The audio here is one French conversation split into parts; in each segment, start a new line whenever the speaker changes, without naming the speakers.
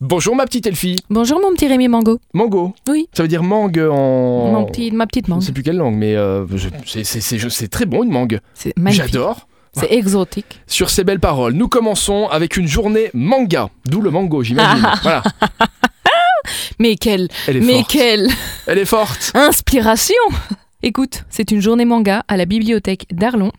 Bonjour ma petite Elfie.
Bonjour mon petit Rémi Mango.
Mango.
Oui.
Ça veut dire mangue en.
Mon petit, ma petite
Je ne
mangue.
sais plus quelle langue, mais euh, je- c'est- c'est c'est- je- c'est très bon une mangue.
C'est magnifique.
J'adore.
C'est exotique.
Sur ces belles paroles, nous commençons avec une journée manga. D'où le mango, j'imagine. voilà.
Mais quelle,
Elle est
Ah. mais
forte.
quelle
Elle est forte.
inspiration Écoute, c'est une journée manga à la bibliothèque d'Arlon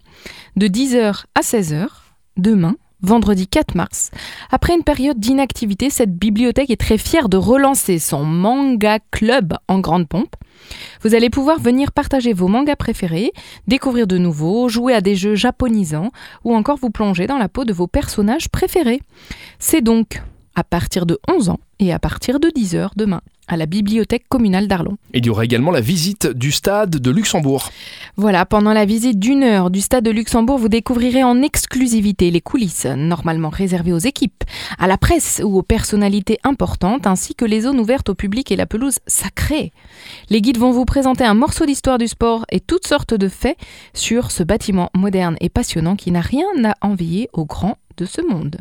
de 10h à 16h demain. Vendredi 4 mars. Après une période d'inactivité, cette bibliothèque est très fière de relancer son manga club en grande pompe. Vous allez pouvoir venir partager vos mangas préférés, découvrir de nouveaux, jouer à des jeux japonisants ou encore vous plonger dans la peau de vos personnages préférés. C'est donc à partir de 11 ans et à partir de 10h demain à la bibliothèque communale d'Arlon.
Il y aura également la visite du stade de Luxembourg.
Voilà, pendant la visite d'une heure du stade de Luxembourg, vous découvrirez en exclusivité les coulisses, normalement réservées aux équipes, à la presse ou aux personnalités importantes, ainsi que les zones ouvertes au public et la pelouse sacrée. Les guides vont vous présenter un morceau d'histoire du sport et toutes sortes de faits sur ce bâtiment moderne et passionnant qui n'a rien à envier aux grands de ce monde.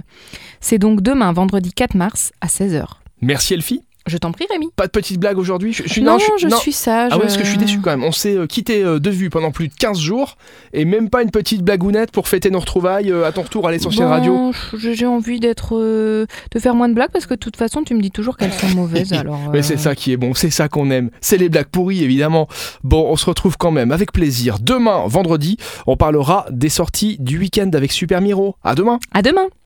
C'est donc demain, vendredi 4 mars, à 16h.
Merci Elfie.
Je t'en prie, Rémi.
Pas de petite blague aujourd'hui. Je, je suis
non,
non,
je, suis sage.
Ah ouais, parce que je suis
euh,
déçu quand même. On s'est euh, quitté euh, de vue pendant plus de 15 jours et même pas une petite blagounette pour fêter nos retrouvailles euh, à ton retour à l'essentiel
Bon,
radio.
Ben, je- J'ai envie d'être, euh, de faire moins de blagues parce que de toute façon, tu me dis toujours qu'elles sont mauvaises. alors,
Mais
euh,
c'est ça qui est bon, c'est ça qu'on aime. C'est les blagues pourries, évidemment. Bon, on se retrouve quand même avec plaisir. Demain, vendredi, on parlera des sorties du week-end avec Super Miro. À demain!
À demain.